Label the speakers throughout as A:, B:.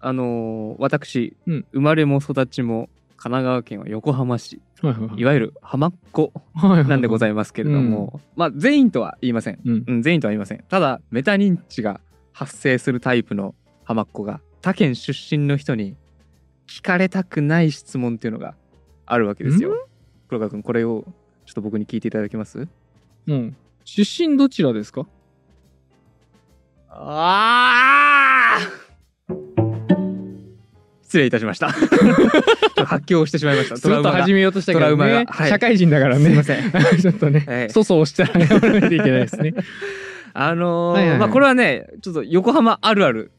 A: あのー私、
B: うん
A: 生まれも育ちも神奈川県は横浜市
B: はいはい
A: いわゆる浜っ子
B: はい。
A: なんでござ
B: い
A: いますけれども、まあ全員とは言いません、
B: ます。うん。
A: うん、全員とは言いませんただメタ認知が発生するタイプの浜っ子が他県出身の人に聞かれたくない質問っていうのがあるわけですよ黒川君これをちょっと僕に聞いていただけます
B: うん。出身どちらですか
A: あ失礼いたしました ちょっと発狂してしまいました
B: ちょっと始めようとしたけ
A: トラ
B: ど
A: ウマが
B: ね。
A: はい
B: 社会人だから
A: すいま
B: ね。
A: せん
B: ちょっと
A: は
B: ね、
A: い
B: 粗相したらやらないといけないです ね。
A: あのー
B: はいはいはい
A: まあこれはねちょっと横浜あるある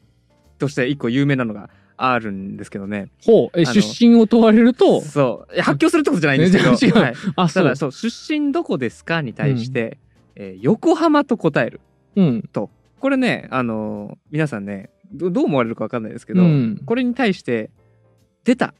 A: として一個有名なのがあるんですけどね
B: ほう、え、
A: あの
B: 出身を問われると、
A: そういや発狂するってことじゃないんですけど、
B: ねじゃ あ違う
A: はい、
B: あ、そ
A: た
B: う
A: だ。そう出身どこですかに対して、えー横浜と答える
B: うん。
A: これねあのー皆さんねどどう思われるか分かんないですけ
B: う
A: ど、
B: ん。
A: これに対して出た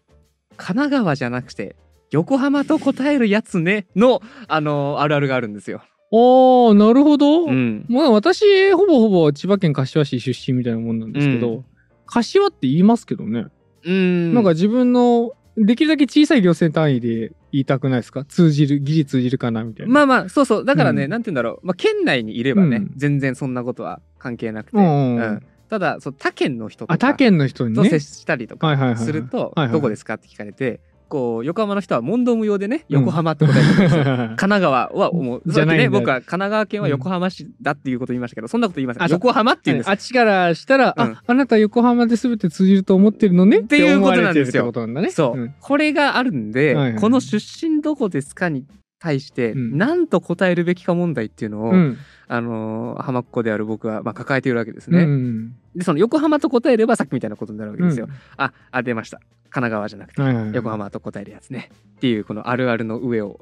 A: 神奈川じゃなくて横浜と答えるやつねのあのーあるあるがあるんですよ。
B: あー、なるほど。
A: うん、
B: まあ私、ほぼほぼ千葉県柏市出身みたいなもんなんですけど、
A: う
B: 柏って言いますけどね。
A: うん
B: なんか自分の、できるだけ小さい行政単位で言いたくないですか通じる、ギリ通じるかなみ たいな。
A: ま
B: あ、
A: あまあそうそうだからね、
B: うん
A: なんて言うんだろう、まあ、県内にいればね、
B: うん
A: 全然そんなことは関係なくて、
B: うんうんうん
A: うんただそう他県の人とか
B: あ、他県の人に
A: と接
B: ね。
A: したりとか
B: はいはいはいはい。
A: すると、
B: はいはい
A: どこですかって聞かれてこう横浜の人は問答無用でね横浜って答えてくれるんで すよ神奈川はもう
B: じゃないんだ
A: さっきね僕は神奈川県は横浜市だっていうことを言いましたけど、そんなこと言いません
B: あそう
A: 横浜って言うんです
B: あっちからしたら、
A: うん
B: あ、あなた横浜で全て通じると思ってるのね
A: っていう
B: 思われ
A: ことなんですよ
B: てるってことなんだね。
A: そう、
B: ん
A: これがあるんで、
B: はいはい
A: この出身どこですかに対して、
B: うん
A: なんと答えるべきか問題っていうのを、
B: うん。
A: あのー浜っ子である僕は、まあ、抱えているわけです
B: う
A: ね、
B: ん。
A: でその横浜と答えればさっきみたいなことになるわけですよ、
B: う
A: ああ出ました神奈川じゃなくて
B: ん。はいはいはい
A: 横。浜と答えるやつねっていうこのあるあるの上を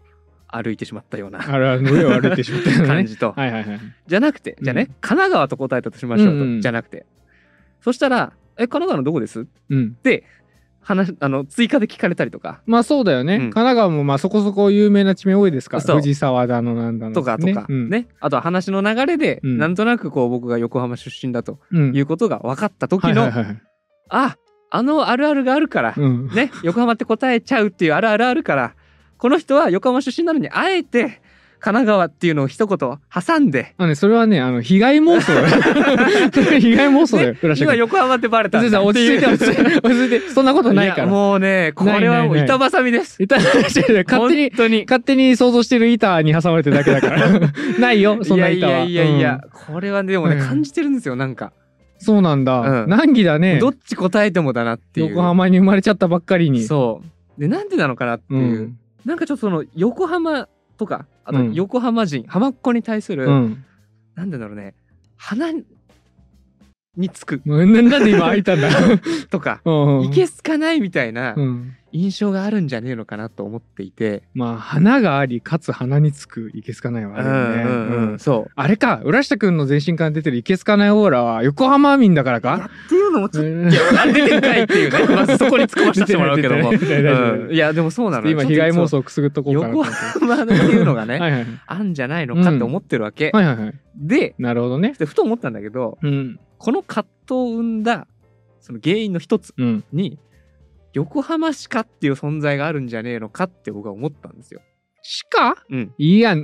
A: 歩いてしまったよう な
B: あるあるの上を歩いてしまったよ
A: 感
B: ね。
A: じと、
B: はいはいはい。
A: じゃなくてじゃあね、
B: うん
A: 神奈川と答えたとしましょうと、
B: うんうん
A: じゃなくてそしたら「え神奈川のどこです?」っ
B: うん。
A: て話あの追加で聞かれたりとか
B: まあそうだよね。
A: うん
B: 神奈川もまあそこそこ有名な地名多いですから。
A: そう
B: 藤沢だのなんだの。
A: とかとか、
B: うん
A: ねあとは話の流れで、
B: うん
A: なんとなくこう僕が横浜出身だと
B: うん
A: いうことが分かった時の、
B: はいはいはい
A: ああのあるあるがあるから、
B: うん。
A: ね横浜って答えちゃうっていうあるあるあるからこの人は横浜出身なのにあえて神奈川っていうのを一言挟んで
B: あのね、それはね、あの、被害妄想だ よ。 被害妄想だよ、浦島
A: 今
B: 君。
A: 横浜ってバレたん
B: 先生
A: だ
B: 落ち着いて、落ち着いて、落ち着いて、そんなことないか
A: や
B: ら。
A: もうねこれはもう
B: ないないない
A: 板挟みです
B: いた勝手に
A: 本、当に
B: 勝手に想像してる板に挟まれてるだけだから。ないよ、そん
A: い
B: な
A: やい
B: 板は。
A: やいやいや
B: うん、
A: これはねでもね、
B: うん
A: 感じてるんですよなんか、
B: そうなんだ。
A: うん
B: 難儀だね
A: ど。っち答えてもだなっていう
B: 横浜に生まれちゃったばっかりに。
A: そうでなんでなのかなっていうう、
B: ん。
A: なんかちょっとその横浜とかあと
B: うん
A: 横浜人、浜っ子に対する、
B: うん。
A: なんでだろうね鼻につく
B: ななんで今開いたんだ
A: とか、
B: うん。
A: いけすかないみたいな
B: うん。
A: 印象があるんじゃねえのかなと思っていて、
B: まあ、花があり、かつ花につく、いけすかないはあるよね。
A: うんうんう
B: うん
A: ん そう
B: あれか、浦下くんの全身から出てるいけすかないオーラは横浜民だから
A: い
B: か
A: やっていうのもちょっ
B: うん
A: といやなんで出てんかいっていうねまずそこに突っ込ませてもらうけども、
B: 出てない出てない
A: うんいやでもそうなのよ
B: 今、被害妄
A: ちょっ
B: 想くすぐっとことうかなと
A: 横
B: 思って。
A: 浜っていうのがね、
B: はいはい。
A: あんじゃないのかって思ってるわけ、
B: はいはいはい。
A: で
B: なるほどね。
A: でふと思ったんだけど
B: うん。
A: この葛藤を生んだその原因の一つ
B: うん。
A: に横浜市かっていう存在があるんじゃねえのかって僕は思ったんですよ。
B: 鹿
A: うん。
B: いや、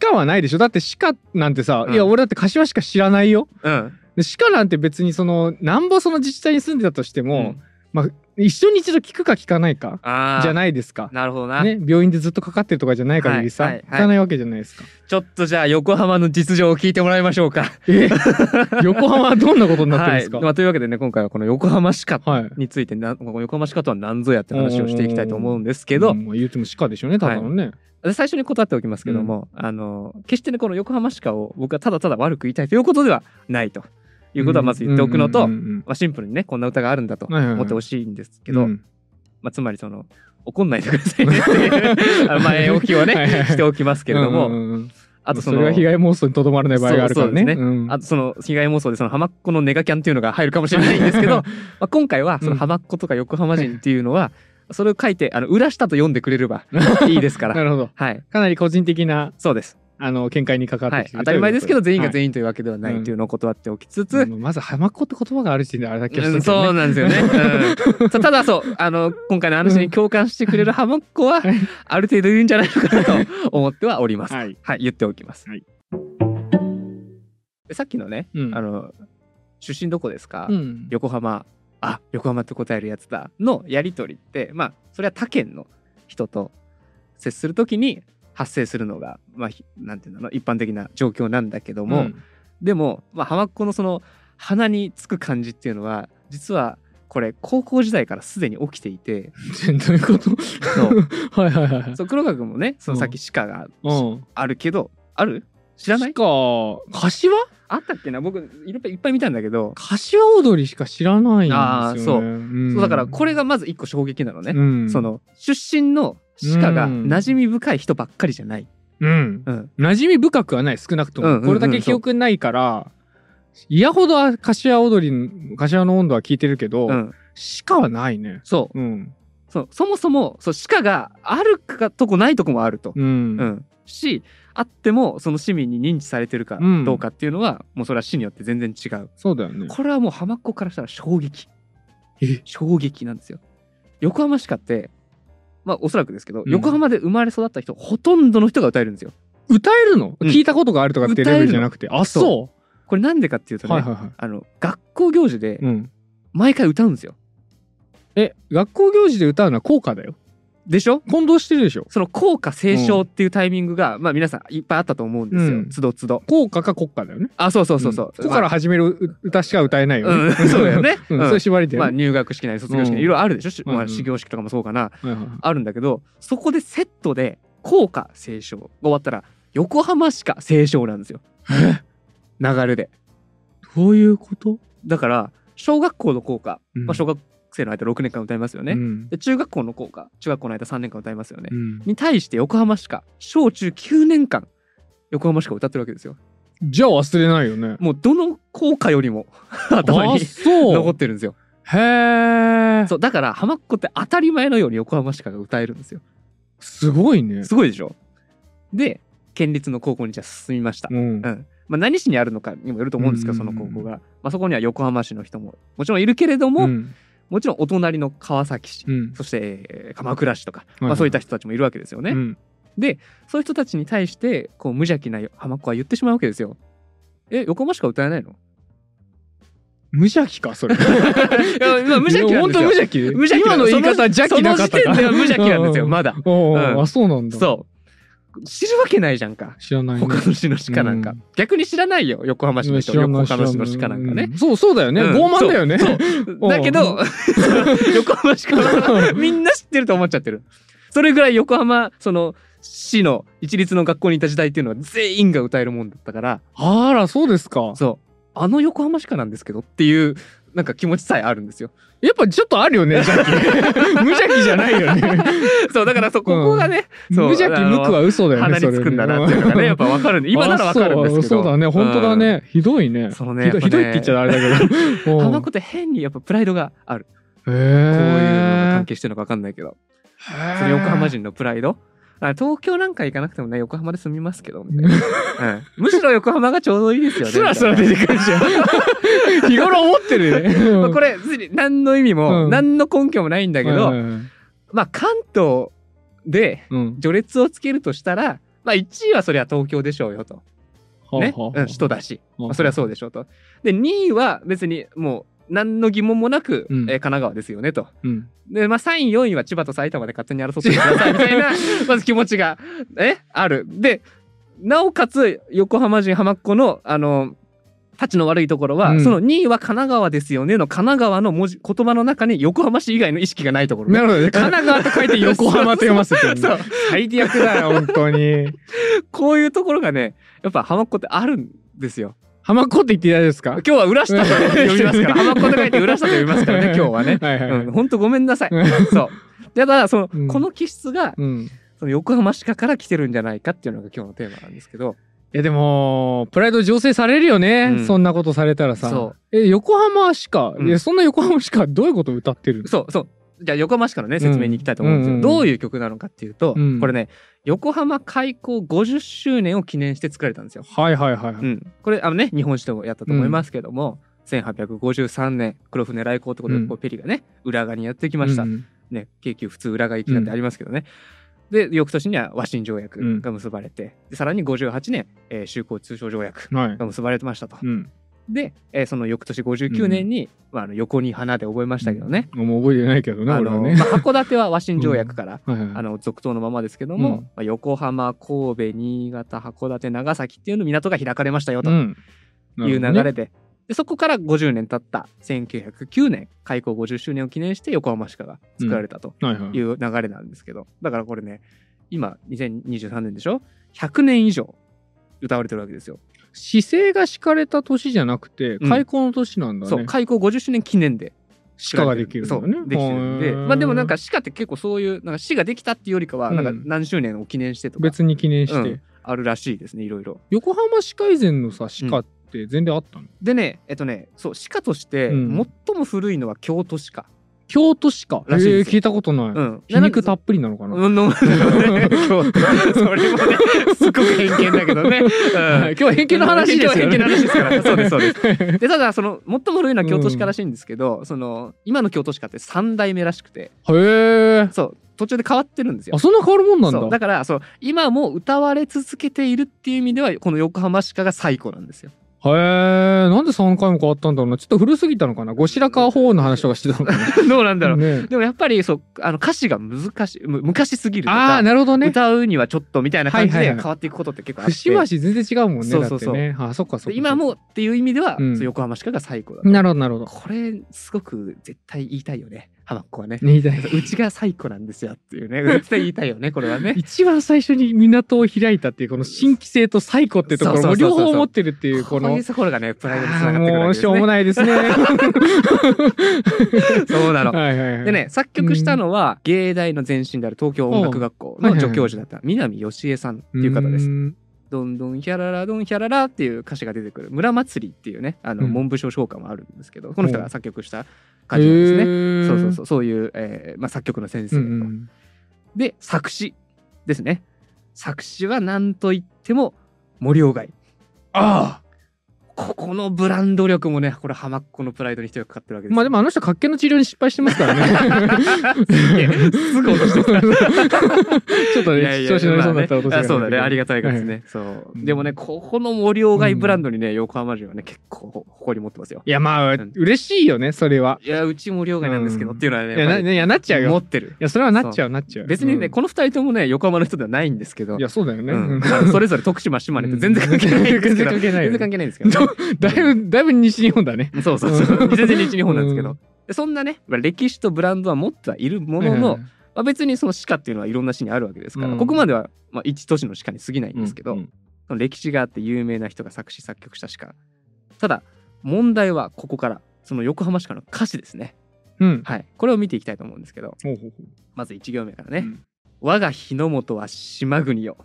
B: 鹿はないでしょ。だって鹿なんてさ、
A: うん
B: いや、俺だって柏しか知らないよ。
A: うん。
B: で鹿なんて別にその、なんぼその自治体に住んでたとしても、一緒に一度聞くか聞かないか、
A: ああ。
B: じゃないですか。
A: なるほどな、
B: ね、病院でずっとかかってるとかじゃない限りさ、
A: はいはいはい
B: 聞かないわけじゃない ですか。
A: ちょっとじゃあ横浜の実情を聞いてもらいましょうか。
B: え横浜はどんなことになってるんですか、
A: はいまあ、というわけでね今回はこの横浜市か
B: はい
A: についてな、この横浜市かとは何ぞやって話をしていきたいと思うんですけど、
B: うんまあ言っても鹿でしょうね、ただのね。
A: 最初に答えておきますけども、あの決してねこの横浜市かを僕はただただ悪く言いたいということではないということはまず言っておくのと、
B: うんうんうん
A: まあ、シンプルにねこんな歌があるんだと
B: はいはいはい
A: 思ってほしいんですけ
B: う
A: ど、
B: ん
A: まあ、つまりその怒んないでくださいねって いう あの前置きを
B: は
A: ね
B: いはい
A: しておきますけれども、
B: うんうんうん
A: あとそ
B: そ
A: の
B: れは被害妄想にとどまらない場合があるから
A: そうそ
B: ね。
A: うですね
B: うん
A: あとその被害妄想でその浜っ子のネガキャンっていうのが入るかもしれないん ですけどまあ今回はその浜っ子とか横浜人っていうのはそ れを書いてあの裏下と読んでくれればいいですから
B: なるほど。
A: はい
B: かなり個人的な
A: そうです
B: あの見解に関わ
A: は
B: っ
A: い
B: て、
A: 当たり前ですけど全員が
B: 員
A: 全員というわけではな
B: う
A: い
B: ん
A: というのを断っておきつつ、
B: うんまず浜っ子って言葉がある時点であれだけは
A: う
B: し
A: ん
B: たけど
A: そう
B: ね
A: なん ですよね。うんそうただそうあの今回の話に共感してくれるハマっ子は
B: はい
A: ある程度いるんじゃないのかなと思ってはおります。はい、
B: はい
A: 言っておきます。
B: はい
A: でさっきのね、
B: うん
A: あの出身どこですか、
B: うん
A: 横浜あ横浜って答えるやつだのやり取りってまあそれは他県の人と接するときに発生するのがまあひなんていうの一般的な状況なんだけども、
B: うん
A: でも、まあ、浜っ子のその鼻につく感じっていうのは実はこれ高校時代からすでに起きてい て
B: どういうこと
A: そう
B: はいはいはいは い
A: そう黒川君もねその
B: うん
A: さっき鹿が
B: うん
A: あるけど、ある知らない
B: しか柏
A: あったっけな僕いっぱいいっぱい見たんだけど、
B: 柏踊りしか知らないんですよね
A: あ
B: うん
A: そうだからこれがまず一個衝撃なのね、
B: うん
A: その出身の鹿が
B: うん
A: 馴染み深い人ばっかりじゃない、
B: うん
A: うん、
B: 馴染み深くはない少なくとも、
A: うんうんうん
B: これだけ記憶ないからいやほどは柏踊り柏の温度は聞いてるけど、
A: うん、
B: しかはないね
A: そう
B: うん
A: そうそもそもそう鹿があるかとこないとこもあると、
B: うん
A: うん、しあってもその市民に認知されてるか
B: うん
A: どうかっていうのは、もうそれは市によって全然違う
B: そうだよね
A: これはもう浜っ子からしたら衝撃
B: え
A: 衝撃なんですよ横浜しかってまあおそらくですけど、
B: うん
A: 横浜で生まれ育った人ほとんどの人が歌えるんですよ
B: 歌えるの、
A: うん
B: 聞いたことがあるとかっていうレベルじゃなくてあ
A: そう
B: そ
A: これなんでかっていう
B: う
A: とね、
B: はいはいはい
A: あの学校行事で
B: うん
A: 毎回歌うんですよ
B: え学校行事で歌うのは効果だよ
A: でしょ
B: 混同してるでしょ
A: その校歌斉唱っていうタイミングが、まあ皆さんいっぱいあったと思うんですよ、
B: うん
A: つどつど
B: 効果か国歌だよね
A: あそうそうそうそう、
B: ここから始めるう歌しか歌えないよね、
A: うんそうだよね
B: うん
A: うん
B: そういう縛りだ
A: まあ
B: よね、
A: 入学式なり卒業式なりいろいろあるでしょ、し
B: うん
A: ま
B: う
A: あ、
B: ん
A: 始業式とかもそうかな、
B: はいはいはい
A: あるんだけどそこでセットで校歌斉唱が終わったら横浜しか斉唱なんですよ流れで
B: どういうこと、
A: だから小学校の校歌、
B: うん
A: まあ、小学生の間6年間歌いますよね、
B: うん
A: で中学校の校歌中学校の間3年間歌いますよね、
B: うん
A: に対して横浜しか小中9年間横浜しか歌ってるわけですよ
B: じゃあ忘れないよね
A: もうどの校歌より も頭
B: あ
A: に
B: そう
A: 残ってるんですよ
B: へえ。
A: そうだから浜っ子って当たり前のように横浜しかが歌えるんですよ
B: すごいね。
A: すごいでしょで県立の高校にじゃあ進みました
B: う
A: う
B: ん
A: んまあ、何市にあるのかにもよると思うんですけど
B: う
A: そ
B: んうんう
A: の
B: ん
A: 高校が、まあ、そこには横浜市の人ももちろんいるけれども、
B: うん
A: もちろんお隣の川崎市、
B: うん
A: そしてえー鎌倉市とか、
B: いはい
A: まあ、そういった人たちもいるわけですよね、
B: うん
A: そういう人たちに対してこう無邪気な浜っ子は言ってしまうわけですよえ横浜しか歌えないの
B: 無邪気かそれ。
A: いやまあ無邪気なんですよ
B: いや本当無邪気。
A: 無邪気
B: 今の言い方邪気なかった
A: その時点
B: か
A: では無邪気なんですよ
B: うん
A: まだ
B: おうおう
A: うん
B: あそうなんだ。
A: そう知るわけないじゃんか
B: 知らないね。
A: 他の市の鹿なんか、
B: うん
A: 逆に知らないよ横浜市の人
B: 知らな
A: 横
B: い知らな
A: 浜
B: い
A: 市の鹿なんかね、
B: うんそうそうだよね。
A: うん
B: 傲慢だよね。
A: そうだけど
B: う
A: 横浜市からみんな知ってると思っちゃってるそれぐらい横浜その市の一律の学校にいた時代っていうのは全員が歌えるもんだったから
B: あらそうですか。
A: そうあの横浜市かなんですけどっていうなんか気持ちさえあるんですよ
B: やっぱちょっとあるよね邪気。 無邪気じゃないよね。
A: そうだからそうここがね、
B: 無
A: そう
B: 邪気無垢は嘘だよね。
A: 鼻につくんだなっていうのがねやっぱ分かるん で今なら分かるんですけど
B: あそうそうだね本当だね。ひどいね。
A: そのね
B: ひど
A: や
B: い
A: っ
B: ひ
A: ぱ
B: ど
A: ね
B: いって言っちゃあれだけ
A: う
B: ど。
A: ん
B: うん
A: 浜子って変にやっぱプライドがある
B: へ
A: こういうのが
B: え
A: 関。係してるのか分かんないけど
B: そ
A: その横浜人のプライドあ東京なんか行かなくてもね横浜で住みますけどみたいな、うん、むしろ横浜がちょうどいい ですよね
B: スラスラ
A: みたい
B: 出
A: な
B: てくるじゃん日頃思ってるね
A: まあこれ別に何の意味も、
B: うん
A: 何の根拠もないんだけど、まあ関東で
B: うん
A: 序列をつけるとしたら、まあ、1位はそりゃ東京でしょうよと、ねうん、人だし、まあ、それはそうでしょうとで2位は別にもう何の疑問もなく、
B: うん
A: えー神奈川ですよねと
B: うん
A: で、まあ、3位4位は千葉と埼玉で勝手に争 ってくださいみたいなまず気持ちがえあるでなおかつ横浜人浜っ子のあのたちの悪いところは、
B: うん
A: その2位は神奈川ですよねの神奈川の文字言葉の中に横浜市以外の意識がないところ、
B: なるほどね
A: 神
B: 神
A: 奈川と書いて
B: 奈川横浜と読ませてる
A: そう
B: 最悪だよ本当に
A: こういうところがねやっぱ浜っ子ってあるんですよ
B: 浜っ子って言っていいですか
A: 今日は浦下と呼びますから浜っ子と書いて浦下と呼びます からね今日はね、
B: はいはいは
A: う
B: い
A: ん、ほんとごめんなさい
B: うん
A: そうただその、
B: うん
A: この気質が
B: うんい
A: その横浜鹿から来てるんじゃないかっていうのが今日のテーマなんですけど
B: やでもプライド醸成されるよね、
A: うん
B: そんなことされたらさ
A: そ
B: え横浜しか、
A: うん
B: いやそんな横浜しかどういうことを歌ってるの
A: そうそうじゃあ横浜鹿のね説明に行きたいと思うんですよ、
B: うんうんうん
A: どういう曲なのかっていうと、
B: うん
A: これね横浜開港50周年を記念して作られたんですよ。
B: はいはいはい。は
A: う
B: い
A: ん、これあのね日本史でもやったと思いますけども、1853年黒船来航ってことで、
B: うん
A: こうペリがね浦賀にやってきました、
B: うん
A: ね京急普通浦賀行きなんてありますけどね、で翌年には和親条約が結ばれて、でさらに58年、えー、修好通商条約
B: はい。
A: が結ばれてましたと、
B: うん。
A: で、えーその翌年59年に、まあ、あの横に花で覚えましたけどね、
B: うん。もう覚えてないけどね、
A: あ
B: 俺は
A: の
B: ね。
A: まあ、函館は和親条約から、
B: はいはい
A: あの続投のままですけども、
B: うん
A: まあ横浜神戸新潟函館長崎っていうの港が開かれましたよと、
B: うん
A: いう
B: なる
A: 流
B: ほどね
A: れで,、でそこから50年経った1909年開港50周年を記念して横浜歯科が作られたと
B: はいはい
A: いう流れなんですけど、だからこれね今2023年でしょ100年以上歌われてるわけですよ。
B: 姿勢が敷かれた年じゃなくて
A: うん
B: 開口の年なんだね、
A: そう開港50周年記念で
B: 歯科ができるんだ
A: そう
B: ね
A: できてるんで、
B: へー
A: まあ、でもなんか歯科って結構そういうなんか歯ができたっていうよりかは
B: うん
A: なんか何周年を記念してとか
B: 別に記念して、
A: うんあるらしいですねいろいろ。
B: 横浜歯科以前のさ歯科って全然あったの、
A: でねえっとねそう歯科として
B: うん
A: 最も古いのは京都歯科。
B: 京都歯科
A: らしいです
B: え聞いたことない、
A: うん、
B: 皮肉たっぷりなのかな、
A: うん、飲 むね。そうそれもね、すっごく偏見だけどね。うん
B: はい今日は偏見の話ですよ、ね、
A: 今日は偏見の話ですからそうですそうですで、ただ、その、最も古いのは京都市からしいんですけど、その、今の京都市かって三代目らしくて、
B: へえ
A: そう、途中で変わってるんですよ
B: あ。そんな変わるもんなんだ
A: そうだからそう今も歌われ続けているっていう意味ではこの横浜市歌が最古なんです よ。
B: へえなんで3回も変わったんだろうなちょっと古すぎたのかな後白河法皇の話とかしてたのかな
A: どうなんだろう。
B: ね
A: でもやっぱりそうあの歌詞が難しいむ昔すぎると
B: あ
A: か、
B: あなるほどね
A: 歌うにはちょっとみたいな感じ
B: はい
A: で
B: は
A: 変
B: いはい
A: わっていくことって結構あって、
B: 節々全然違うもんね
A: そうそうそう
B: だってねあそっかそっかそっ
A: で
B: か
A: 今もっていう意味では、
B: うん
A: そう横浜歯科が最古だと
B: なるほどなるほど
A: これすごく絶対言いたいよね浜っ子はね
B: ねだい
A: うちが最古なんですよっていうね 絶対言いたいよねこれはね
B: 一番最初に港を開いたっていうこの新規性と最古ってところ
A: そうそう
B: も
A: そう
B: 両
A: そう
B: 方持ってるっていう
A: こ
B: こ
A: う
B: の
A: いうところが ねプライドにつながってくる
B: も
A: わ
B: う
A: け
B: し
A: で
B: ょう
A: す
B: もないで すね。
A: ねそうなの
B: はいはいはい
A: でね作曲したのは、芸大の前身である東京音楽学校
B: おう
A: の
B: はいはいはい
A: 助教授だった南義江さんっていう方です
B: ーん。
A: 「どんどんヒャララどんヒャララ」っていう歌詞が出てくる「村祭り」っていうねあの
B: うん
A: 文部省唱歌もあるんですけどこの人が作曲した歌詞なんですね。
B: ね
A: そうそう
B: う
A: そうそういう、えーまあ、作曲の先生
B: ん
A: と、
B: うん。
A: で作詞ですね作詞は何と言っても森鴎外
B: あ
A: ここのブランド力もねこれ浜っ子のプライドに一役かかってるわけ
B: あ
A: ですよ
B: まあでもあの人、脚気の治療に失敗してますからね。
A: すげえ すぐ落としてきた
B: ちょっと
A: いやい
B: ね、
A: や
B: 調子乗りそうになったら落と
A: ま
B: し
A: あねあ
B: て
A: そうだねありがたいですね、そう
B: うん
A: でもねここの森鴎外ブランドにね、横浜人はね結構誇り持ってますよ
B: いや、まあ、嬉しいよね、それは。
A: いやうち森鴎外なんですけど、
B: うん
A: っていうのはね
B: いや、
A: や
B: な
A: っぱ
B: いやなっちゃう
A: り持
B: よ。
A: っ
B: い
A: てる
B: や、それはなっちゃう、なっちゃう。
A: 別にね、
B: うん
A: この二人ともね横浜の人ではないんですけど
B: いや、そうだよね。
A: うん
B: うん
A: あ のそれぞれ徳島島根って全然関係ないんですけど、
B: 全然関係ない
A: 全
B: よね
A: 然関係ないんですけど
B: だいぶ、だいぶ西日本だね。
A: そうそうそうう。
B: ん
A: 全然日本なんですけど。
B: うん
A: でそんなね、まあ歴史とブランドは持ってはいるものの、まあ、別にその歯科っていうのはいろんな市にあるわけですから、
B: うん
A: ここまでは、まあ、一都市の歯科に過ぎないんですけど、
B: うんうん
A: その歴史があって有名な人が作詞作曲した歯科。ただ、問題はここから、その横浜歯科の歌詞ですね。
B: うん。
A: はい。これを見ていきたいと思うんですけど、
B: ほうほうほう
A: まず1行目からね。
B: うん
A: 我が日の本は島国よ。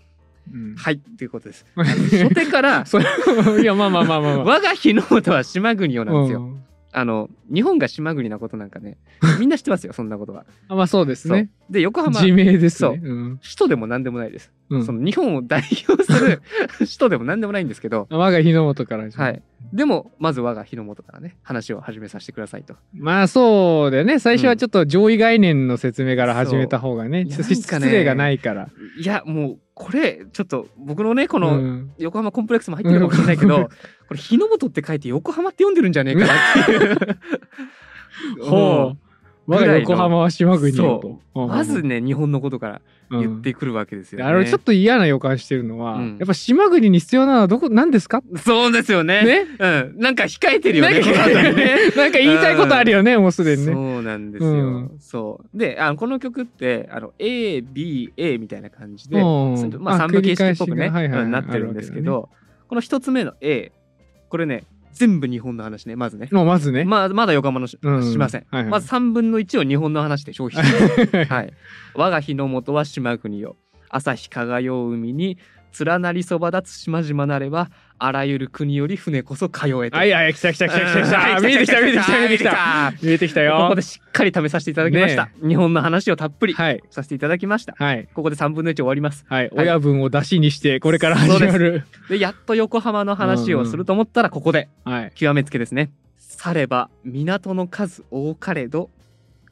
B: うん
A: はい、ということ です。初手から、
B: それ いやまあまあまあまあ、まあ。
A: 我が日の本は島国よなんですよ。
B: うん
A: あの日本が島国なことなんか ねみんな知ってますよそんなことは。
B: あまあそうですね。
A: そうで横浜
B: 自明ですね。
A: そう
B: うん
A: 首都でも何でもないです、
B: うん
A: その日本を代表す る首都でも何でもないんですけど、
B: 我が日の本から始ま
A: は
B: る
A: い、でもまず我が日の本からね話を始めさせてくださいと。
B: まあそうだよね。最初はちょっと上位概念の説明から始めた方がね、
A: そういやなん
B: ちょっと
A: か
B: 失
A: ね
B: 礼がないから。
A: いやもうこれちょっと僕のねこ
B: う
A: の
B: ん
A: 横浜コンプレックスも入ってるかもしれないけど、
B: うん
A: これ日の本って書いて横浜って読んでるんじゃねえかなっていう。
B: ほう。我が横浜は島国よ
A: そう
B: と。
A: う
B: うん
A: んまずね日本のことから言ってくるわけですよ
B: うん
A: ね。
B: あれちょっと嫌な予感してるのは、
A: うん
B: やっぱ島国に必要なのはどこ、何ですか
A: そうですよね。
B: ね
A: うん、なんか控えてるよね。
B: なんか
A: この辺り ね
B: なんか言いたいことあるよね、もうすでにね。
A: そうなんですよ。
B: うん
A: そうであのこの曲ってあの ABA みたいな感じで、
B: うん
A: そのまあ、
B: あ
A: 三部形式っぽく
B: 繰
A: ね、
B: り返しがはいはいはい
A: うんなってるんですけ
B: ある
A: ど、この一つ目の A これね全部日本の話ねまずね。
B: もうまずね。
A: まあ、まだ横浜のし,、
B: うん
A: ません、
B: はいはい
A: まず3分の1を日本の話で消費してます、はい、我が日の元は島国よ朝日輝う海に連なりそば立つ島々なればあらゆる国より船こそ通えて
B: はいはい、来た来た来た来た 来た。見えてきた見えてきた見えてきた。見えてきたよ。
A: ここでしっかり試させていただきました、
B: ね
A: 日本の話をたっぷり
B: はい
A: させていただきました、
B: はい
A: ここで3分の1終わります
B: はい、親分を出しにしてこれから始まる。
A: でやっと横浜の話をすると思ったらここで
B: はい。
A: 極めつけですねされば港の数多かれど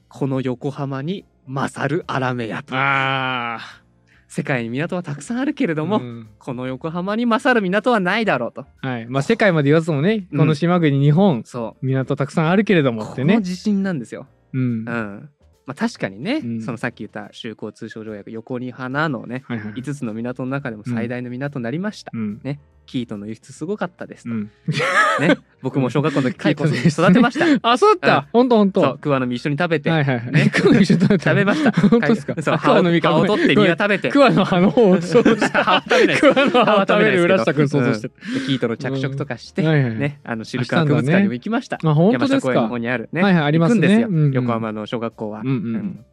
A: この横浜に勝るアラメやと
B: ああ。
A: 世界に港はたくさんあるけれど
B: ど
A: も、
B: ん、
A: この横浜に勝る港はないだろうと
B: はい。まあ世界まで言わずともね、
A: うん
B: この島国日本
A: そ
B: 港たくさんあるけれど
A: う
B: もっ
A: こ
B: て
A: の
B: ね。
A: 自信なんですよ、
B: うん。
A: う
B: はい
A: んまあ、確かにね、
B: うん
A: そのさっき言った修好通商条約横に花のね
B: はいはい。
A: 5つの港の中でも最大の港になりました、
B: うん。
A: キートの輸出すごかったです
B: う
A: と、
B: ん。
A: ね僕も小学校の時
B: キ
A: 蚕
B: ートの輸出
A: 育てました、
B: あ、そうだった。本当本当。
A: そう
B: は
A: 桑の実一緒に食べて、
B: いはいはい。
A: ね
B: クワの実食べた
A: 食べました
B: 本当ですか。
A: そう
B: あクワの実か。
A: 葉を葉を取って実を食べて
B: クワの葉の方を 想像して。
A: 葉は食べない
B: クワの葉を食べる
A: 葉は食
B: 浦
A: べないです
B: 下君
A: けど
B: 想像して
A: でキートの着色とかして、
B: た。はいはい。。
A: ね、あのシルク
B: あした
A: 博
B: んだね
A: 物館にも行きました。
B: あ、本当
A: 山
B: で
A: 下
B: す
A: 公園の
B: か
A: 方。にありますね。
B: はいはいあります
A: 行くん
B: ね
A: ですよ、
B: うんうん
A: 横浜の小学校は、
B: うんうん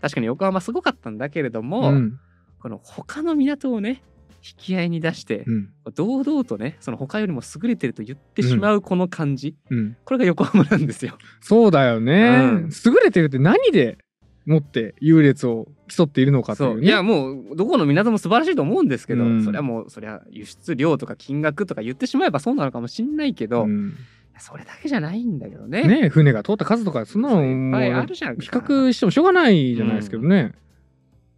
A: 確かに横浜すごかったんだけれども、
B: うん。
A: この他の港をね、引き合いに出して、
B: うん。
A: 堂々とね、その他よりも優れてると言ってしまうこの感じ、
B: うん。
A: これが横浜なんですよ。
B: そうだよね、
A: うん
B: 優れてるって何でもって優劣を競っているのかってい
A: そうう
B: ね。
A: いやもうどこの港も素晴らしいと思うんですけど、
B: うん
A: それはもうそりゃ輸出量とか金額とか言ってしまえばそうなのかもしんないけど、
B: うん
A: それだけじゃないんだけどね。
B: ねえ船が通った数とかそんなの
A: いっ
B: もう
A: ぱいあ
B: 比
A: るじゃんか。
B: 較してもしょうがないじゃないですけどね。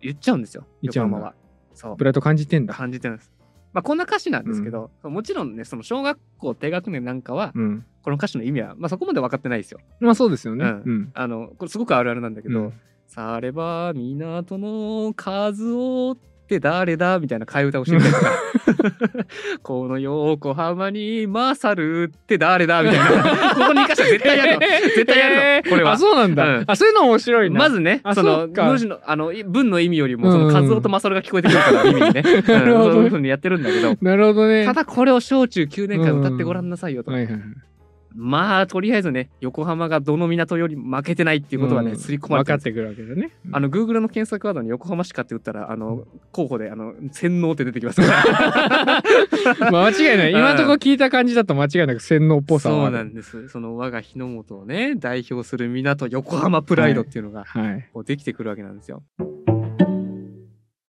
A: 言っちゃうんですよ。
B: 言っちゃ
A: 横
B: うんだ
A: 浜は。そう
B: プ。ライド感じてんだ。
A: 感じてるんです。まあこんな歌詞なんですけど、もちろんねその小学校低学年なんかは、
B: うん。
A: この歌詞の意味はまあそこまで分かってないですよ。
B: まあそうですよね。
A: う
B: うんん。
A: あのこれすごくあるあるなんだけ
B: う
A: ど、
B: ん
A: されば港の数をって誰だみたいな替え歌をしてみたりとか この横浜に勝るって誰だみたい なここに生かしたら絶対やるの絶対やるのこれは
B: あ、そうなんだ。
A: うん
B: あ、そういうの面白いな。
A: まずね
B: あ
A: その
B: そうか
A: 文字のあのい文の意味よりもそ
B: うん
A: の
B: うん
A: 数をと勝るが聞こえてくるから意味 にね、うん、
B: なるほどね
A: そういうふうにやってるんだけど
B: なるほどね。
A: ただこれを小中9年間歌ってごらんなさいよと、
B: はいはいはい。っ
A: まあとりあえずね横浜がどの港より負けてないって
B: て
A: いうことはね、刷り込まれ
B: 分か
A: て
B: ってくるわけだね。
A: あの Google の検索ワードに横浜市かって打ったらあの候補であの洗脳って出てきます から。
B: まあ間違いない。今のところ聞いた感じだと間違いなく洗脳っぽさ
A: そ
B: はあ
A: う
B: る。
A: なんです。その我が日の本をね代表する港横浜プライドっていうのが
B: はい。
A: こうできてくるわけなんですよ。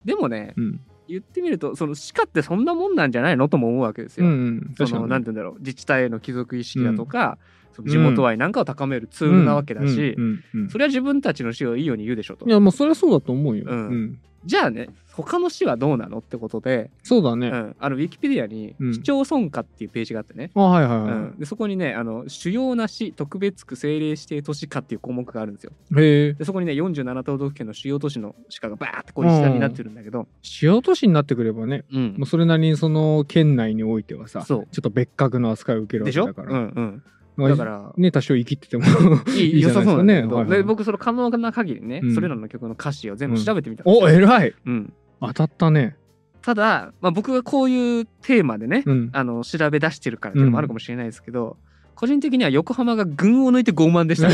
A: でもね
B: うん。
A: 言ってみるとその市かってそんなもんなんじゃないのとも思うわけです
B: う
A: よ。
B: ん。
A: そ
B: 確か
A: の
B: に。
A: なんて言うんだろう自治体への帰属意識だとか、その地元愛なんかを高めるツールなわけだし、
B: うんうんうんうん
A: それは自分たちの市をいいように言うでしょうと
B: い。や、まあ、そりゃそうだと思うよ。
A: う
B: うんん。
A: じゃあね他の市はどうなのってことで、
B: そうだ
A: う
B: ね。
A: ん、あのウィキペディアに
B: うん
A: 市町村下っていうページがあってね、
B: あ、はいはいうはい。
A: ん、でそこにねあの主要な市特別区政令指定都市下っていう項目があるんですよ
B: へえ。
A: でそこにね47都道府県の主要都市の市下がバーってこう一覧になってるんだけど、
B: 主要都市になってくればね、
A: うん
B: もうそれなりにその県内においてはさ、ちょ
A: そう
B: っと別格の扱いを受けるわ
A: で
B: け
A: しょ
B: だか
A: う
B: ら。
A: ん
B: ま
A: う
B: あ
A: ん、だから
B: ね、多少生きってても。
A: いい
B: いいじ
A: 良
B: ゃな
A: さ
B: いです
A: そうな
B: か
A: ん
B: ね
A: だけど、
B: はいはい
A: で僕その可能な限りね、
B: うん
A: それらの曲の歌詞を全部調べてみたんですよ
B: お、偉い
A: うん、
B: 当たったね。
A: ただ、まあ、僕がこういうテーマでね、
B: うん。
A: あの調べ出してるからっていうのもあるかもしれないですけど、個人的には横浜が群を抜いて傲慢でしたね。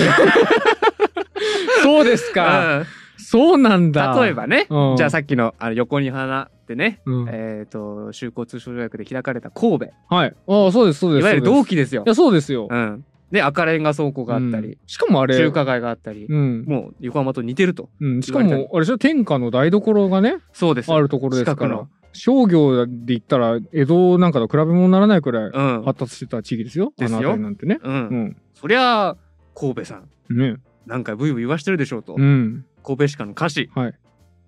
B: そうですか。そうなんだ。
A: 例え。ばね、
B: うん
A: じゃあさっきのあの横に花ってね、
B: うん、
A: えっ、と修好通商条約で開かれた神戸
B: はい。ああ、そうです、そうです。
A: いわゆる
B: そう
A: 同
B: です
A: 期ですよ
B: い。や、そうですよ
A: う。ん、で赤レンガ倉庫があったり、
B: うんしかもあれ、
A: 中華街があったり、
B: うん。
A: もう横浜と似てると
B: うん。しかも、あれでしょ、天下の台所がね、
A: そうです
B: あるところですか
A: 近くの
B: ら。商業で言ったら、江戸なんかと比べ物にならないく
A: う
B: らい
A: ん、
B: 発達してた地域ですよ。
A: ですよ
B: あの辺りなんてね。
A: うん
B: うん。
A: そりゃあ神戸さん
B: ね。
A: なんかブイブイ言わしてるでしょうと、
B: うん。
A: 神戸市下の歌詞、
B: はい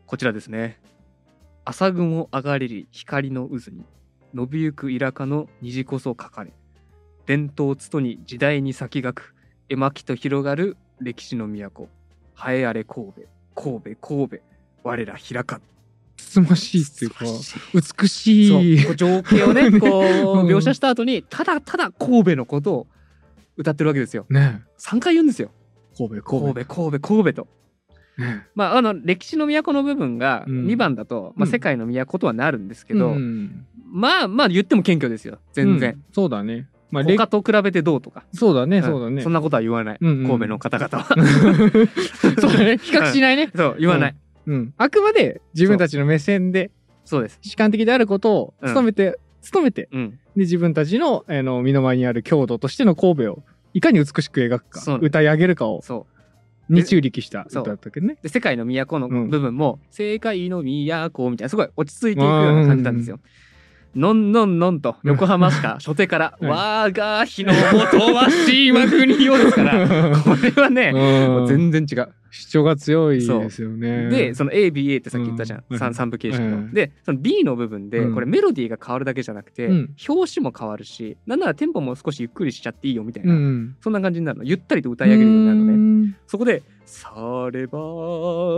A: こちらですね「朝雲上がりり光の渦に伸びゆくイラカの虹こそかかれ伝統つとに時代に先がく絵巻と広がる歴史の都栄えあれ神戸神戸神戸我ら開か」
B: つつましいっていうか、美
A: そう
B: しい。
A: こう情景をねこう
B: うん
A: 描写した後にただただ神戸のことを歌ってるわけですよ
B: ね
A: 3回言うんですよ
B: 神戸、
A: 神戸
B: 神
A: 神戸神戸と
B: 戸。ね
A: まあ、あの歴史の都の部分が
B: うん
A: 2番だと、まあ、
B: うん
A: 世界の都とはなるんですけど、
B: うん
A: まあまあ言っても謙虚ですよ全
B: う
A: 然、
B: んそうだね。まあ、れ
A: 他と比べてどうとか、
B: そうだね、
A: ん
B: そうだね。
A: そんなことは言わない、
B: うんうん
A: 神戸の方々 は
B: そうだね。比較しないね。
A: そう言わない、
B: うん。あくまで自分たちの目線で、
A: そうです
B: 主観的であることを
A: うん
B: 努めて努めて、
A: うん、
B: で、自分たちのあの身の回りにある郷土としての神戸をいかに美しく描く
A: そ
B: か、
A: う
B: 歌い上げるかを、
A: そ
B: に注力した
A: そ
B: 歌
A: う
B: だったけどね。
A: うで世界の都の
B: うん
A: 部分も「世界の都」みたいなすごい落ち着いていくような感じなんですよ。のんのんのんと横浜市か初手から「
B: うん
A: 我が日の元は島国を」ですから これはね、もう
B: 全
A: 全然違う。
B: 主張が強いですよね。
A: でその ABA ってさっき言ったじゃん、
B: うん
A: 三三部形式の。
B: うん
A: でその B の部分で
B: うん
A: これメロディーが変わるだけじゃなくて、
B: うん
A: 表紙も変わるしなんならテンポも少しゆっくりしちゃっていいよみたいな、
B: うん、
A: そんな感じになるのゆったりと歌い上げるようになるのね。
B: ね。
A: そこで「されば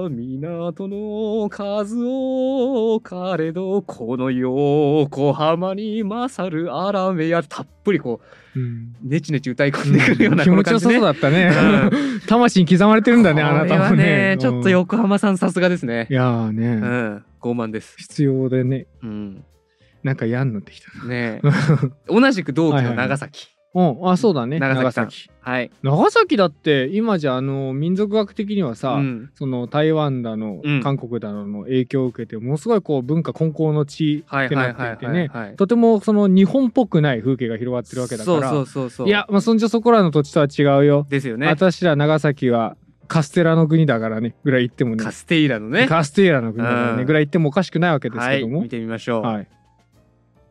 A: 港の数を彼のこの横浜に勝るあらめや」たっぷりこう
B: うん
A: ネチネチ歌い込んでくるような
B: 気
A: この
B: 持ち
A: 感
B: よ
A: じ
B: さ
A: ね、
B: そうだったね
A: う。
B: 魂に刻まれてるんだね、あなたも
A: これは
B: ね。
A: ちょっと横浜さんさすがですね
B: うん。い。やー
A: う
B: ね、
A: ん、傲慢 です。
B: 必要でね、
A: うん、
B: なんか嫌になってきたな。
A: ねえ同じく同期の長崎。
B: うん、あ、そうだね。
A: 長
B: 長
A: 崎さん
B: 崎。
A: はい。
B: 長崎だって、今じゃ、あの、民族学的にはさ、
A: うん
B: その台湾だの、
A: うん
B: 韓国だのの影響を受けてものすごいこう文化根高の地
A: はい
B: って
A: は
B: ない
A: はい
B: っていて
A: はい
B: ね
A: はい。
B: とてもその日本っぽくない風景が広がってるわけだか
A: そう
B: ら
A: そうそうそう。
B: いや、まあ、そんじゃそこらの土地とは違うよ、
A: ですよね。
B: 私ら長崎はカステラの国だからねぐらい言ってもね
A: カステイラのね。
B: カステラの国だからね、
A: うん
B: ぐらい言ってもおかしくないわけです
A: は
B: け
A: い、
B: ども、は
A: 見
B: い
A: てみましょう。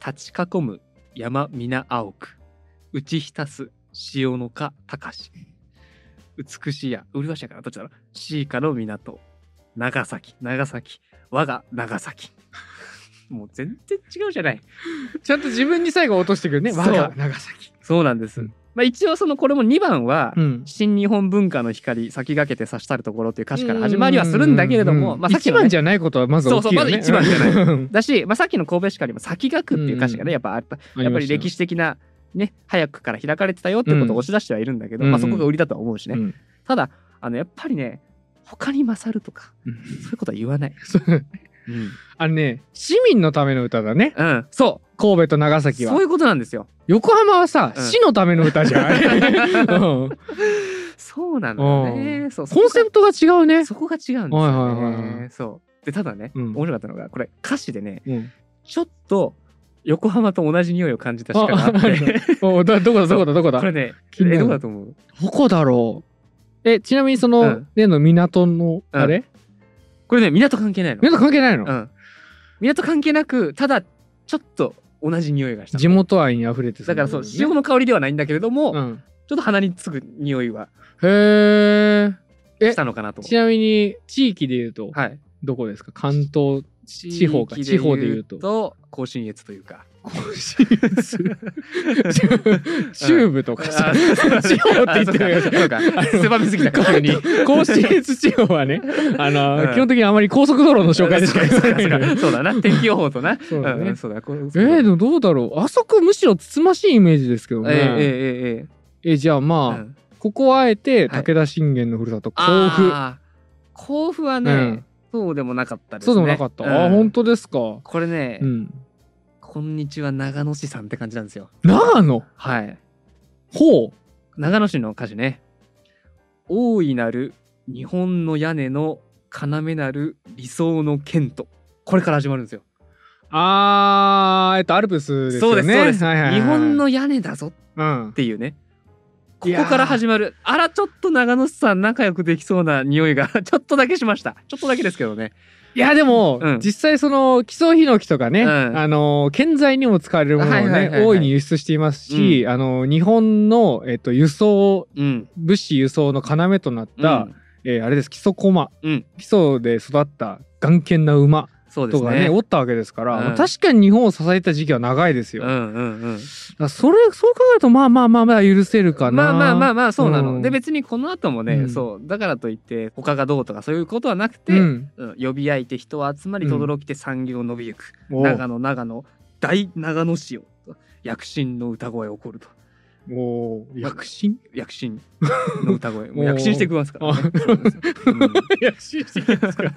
A: 立ち囲む山皆青く打ち浸す潮のか高し美しや麗しやからどっちだろうシーカの港長崎長崎我が長崎もう全然違うじゃない
B: ちゃんと自分に最後落としてくるね
A: そう
B: 我が長崎、
A: そうなんです、
B: うん
A: まあ一応そのこれも2番は、
B: ん、
A: 新日本文化の光先駆けて差したるところっていう歌詞から始まりはするんだけれども、
B: うん
A: まあさっき
B: 一
A: のね
B: 番じゃないことはまず大きいよね
A: そうそうまず一番じ
B: ゃない
A: だし、まあ、さっきの神戸市からにも先駆くっていう歌詞がね、やっぱあったやっぱり歴
B: 史
A: 史的な、ね、早くから開かれてたよってことを押し出してはいるんだけど、
B: うん
A: まあ、そこが売りだとは思うしね、
B: うん
A: ただあのやっぱりね他に勝るとかそういうことは言わない、うん
B: あのね市民のための歌だね
A: うん、そ
B: 神戸と長
A: う
B: 崎は
A: そういうことなんですよ
B: 横浜はさ、
A: うん
B: 市のための歌じ ゃんうん
A: そうなのよねそう
B: コンセプトが違うね、
A: そこがそこが違うんですよね、
B: はいはいはいは
A: そうでただね、
B: うん
A: 面白かったのがこれ歌詞でね
B: うん、
A: ちょっと横浜と同じ匂いを感じたしかがあっ
B: ああ
A: て
B: おどどこだどこだどこ だ
A: これね
B: 気にな
A: え
B: る
A: どこだと思う
B: どこだろうえちなみにそうの
A: ん
B: 例の港のあれ、
A: これね港関係ないの
B: 港関係ないの、
A: うん、港関係なくただちょっと同じ匂いがした
B: 地元愛に溢れて
A: だからそう
B: 潮
A: 塩の香りではないんだけれども、
B: うん、
A: ちょっと鼻につく匂いは
B: へえ
A: したのかなと
B: ちなみに地域で言うと
A: はい
B: どこですか関東
A: 地
B: 方か地方で言うと
A: 甲信越というか
B: 中部とかさ
A: あそう
B: 地方って言ってる
A: あそう か そうか狭めすぎた
B: 関
A: 確に
B: 東甲信越地方はねあの、
A: うん
B: 基本的にあまり高速道路の紹介でしか
A: そう
B: 言
A: か
B: っ
A: そう
B: てないのよ
A: かそうだ な天気予報とな
B: そうだね
A: んそうだこう
B: えー、でもどうだろうあそこむしろつつましいイメージですけど
A: え
B: ね
A: ええ
B: え
A: えええ
B: じゃあまあ、
A: うん
B: ここはあえて
A: はい
B: 武田信玄のふるさと甲府、
A: あー甲府はね、
B: うん
A: そうでもなかったですね
B: そうでもなかった、ああ
A: うん
B: 本当ですか
A: これね、
B: うん
A: こんにちは長野市さんって感じなんですよ
B: 長野
A: はい
B: ほう
A: 長野市の歌詞ね大いなる日本の屋根の要なる理想の剣とこれから始まるんですよ
B: あー、えっと、アルプスです
A: そう
B: よ
A: で
B: ね。
A: すそうです、
B: はいはいは
A: 日
B: い
A: 本、の屋根だぞっ
B: うん、
A: ていうねこ
B: いやー
A: こから始まるあらちょっと長野市さん仲良くできそうな匂いが ちょっとだけしましたちょっとだけですけどね
B: いや、でも、
A: うん
B: 実際その、基礎ヒノキとかね、
A: うん
B: あの、建材にも使われるものをね、
A: はいはいはいはい
B: 大いに輸出していますし、あの、日本の、えっと、輸送、
A: うん
B: 物資輸送の要となっ
A: う
B: た、
A: ん
B: えーあれです、基礎駒。
A: うん
B: 基礎で育った頑健な馬
A: そうで
B: と
A: す
B: か
A: ね
B: ね、おったわけですから、
A: うん
B: まあ確かに日本を支えた時期は長いですよ。
A: う
B: だか
A: んうんうん
B: らそれ、そう考えると、まあまあまあまあ許せるかな。
A: まあまあまあまあそうなの、
B: うん
A: で別にこの後もね、
B: うん
A: そうだからといって他がどうとかそういうことはなくて、
B: うん、
A: うん呼び合いて人は集まり
B: うん
A: 轟きて産業伸びゆく、
B: お
A: 長野長野大長野市よと躍進の歌声起こると
B: おー躍進
A: 躍進の歌 声もう
B: おー
A: 躍進していきますから、ね
B: あ
A: そうなんですようん
B: 躍進してきますか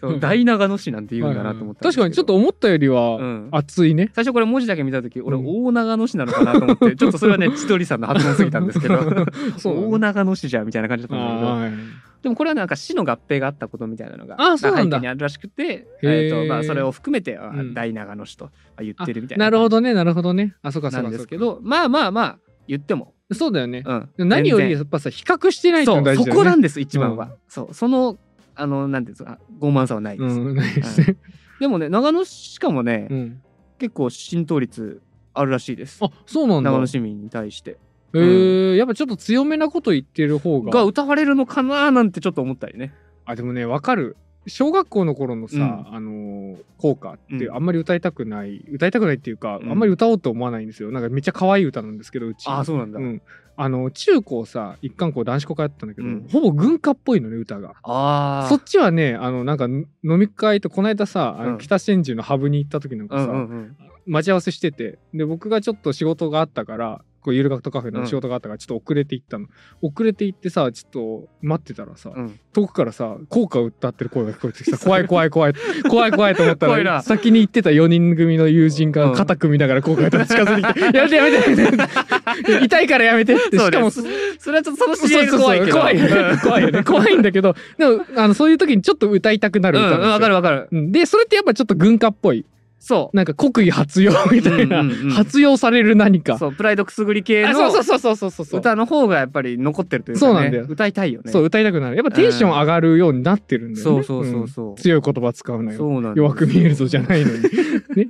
A: そう大長野市なんて言うんだなと思ったんですけ
B: 確
A: ど
B: かにちょっと、思ったより
A: う
B: は
A: ん
B: 熱いね、
A: 最初これ文字だけ見た時俺
B: うん
A: 大長野市なのかなと思って、ちょっとそれはね千鳥さんの発音すぎたんですけど
B: そうだね
A: 大長野市じゃみたいな感じだったんだけど
B: はい
A: でもこれはなんか死の合併があったことみたいなのが
B: あそうなんだ
A: 背景にあるらしくて、
B: へー
A: えーとまあ、それを含めて、あ
B: うん
A: 大長野市とまあ言ってるみたいな
B: なるほどねなるほどねあそうかそ
A: な
B: うか
A: んで
B: そう
A: す
B: か
A: けどまあまあまあ言っても、
B: そうだよね
A: うん、
B: 何より
A: 全
B: やっぱさ比較してない
A: 然
B: って
A: そ
B: のが
A: う
B: 大
A: そ
B: 事だ
A: こ
B: よ
A: な
B: ね
A: んです一番は、
B: う
A: そうそのあのなんていうんですか傲慢さはないです、
B: うんないですね
A: でもね長野市しかもね、
B: うん
A: 結構浸透率あるらしいです
B: あそうなんだ
A: 長野市民に対して
B: えーやっぱちょっと強めなこと言ってる方
A: が
B: が
A: 歌われるのかなーなんてちょっと思ったりね
B: あでもねわかる小学校の頃の
A: う
B: さ
A: ん
B: あのー校歌って
A: うん
B: あんまり歌いたくない歌いたくないっていうかあ
A: うん
B: んまり歌おうと思わないんですよなんかめっちゃ可愛い歌なんですけどうち
A: ああそうなんだ、
B: うんあの中高さ一貫校男子校通ってたんだけど
A: うん
B: ほぼ軍歌っぽいのね歌が
A: ああ
B: そっちはねあのなんか飲み会とこの間さあの
A: うん
B: 北千住のハブに行った時なんか
A: うん
B: さ
A: うんうん
B: 待ち合わせしててで僕がちょっと仕事があったからこうゆる学徒カフェの仕事があったからちょっと遅れて行ったの、遅れて行ってさちょっと待ってたらさ、
A: うん
B: 遠くからさ効果を歌ってる声が聞こえてきてさ怖い怖い怖い怖い怖いと思った
A: 怖い
B: ら
A: な
B: 先に行ってた4人組の友人
A: う
B: が
A: ん
B: 肩組みながら効果が近づい てきて「やめてやめてやめて痛いからやめて」って
A: そ
B: し
A: うで
B: かも
A: すそれはちょっとその知り合いが怖いけど
B: そうそうそう怖いよね怖いよね怖いんだけどでもあのそういう時にちょっと歌いたくなる
A: う
B: 歌
A: んうん
B: な
A: ん
B: ですよ
A: わかるわかる
B: うんでそれってやっぱちょっと軍歌っぽい
A: そう
B: なんか国威発揚み たいな、
A: うんうんうん
B: 発揚される何か。
A: そうプライドくすぐり系
B: あ
A: の
B: そうそうそうそうそうそう。
A: 歌の方がやっぱり残ってるというか、ね、
B: そうなんだよ
A: 歌いたいよね
B: そう歌いたくなる。やっぱテンション上がるようになってるんだよ
A: そ
B: ね。
A: うそうそうそう、
B: ん強い言葉使うの
A: そ
B: よ。
A: うなんだよ
B: 弱く見えるぞじゃないの に。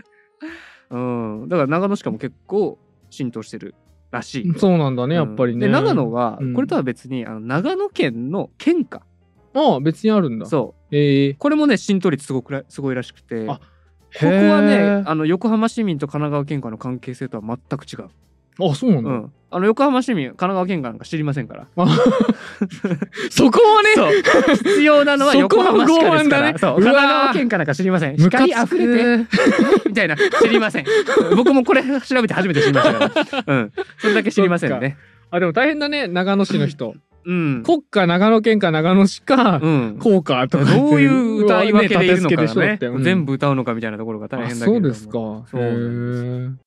A: うんだから長野市かも結構浸透してるらしいよ
B: そうなんだね、やっぱりね。
A: うんで長野は
B: うん
A: これとは別に、あの長野県の県歌
B: ああ、別にあるんだ。
A: そ
B: ええ
A: うこれもね浸透率すごくらすごいらしくて
B: あ
A: ここは
B: へ
A: ね
B: え
A: あの横浜市民と神奈川県下の関係性とは全く違う、
B: あ、そうな
A: う
B: んだ。
A: ん、あの横浜市民神奈川県下なんか知りませんから
B: そこはね、
A: そう必要なのは
B: そこ
A: 横
B: は
A: 浜市かで
B: 傲慢
A: すか
B: だね
A: らそう
B: うわー
A: 神奈川県かなんか知りません
B: ムカ
A: 光
B: つ
A: あふ
B: く
A: れて
B: ね。
A: みたいな知りません僕もこれ調べて初めて知りました から、うん、それだけ知りませんね
B: あ、でも大変だね、長野市の人。
A: うん、
B: 国家長野県か長野市か、
A: うん、
B: 効果とか言って。
A: どういう歌い分けでいるの
B: ね立て付け
A: か
B: でしょだ
A: ね
B: ってうん
A: 全部歌うのかみたいなところが大変だけれども
B: あそうですか。
A: そうなん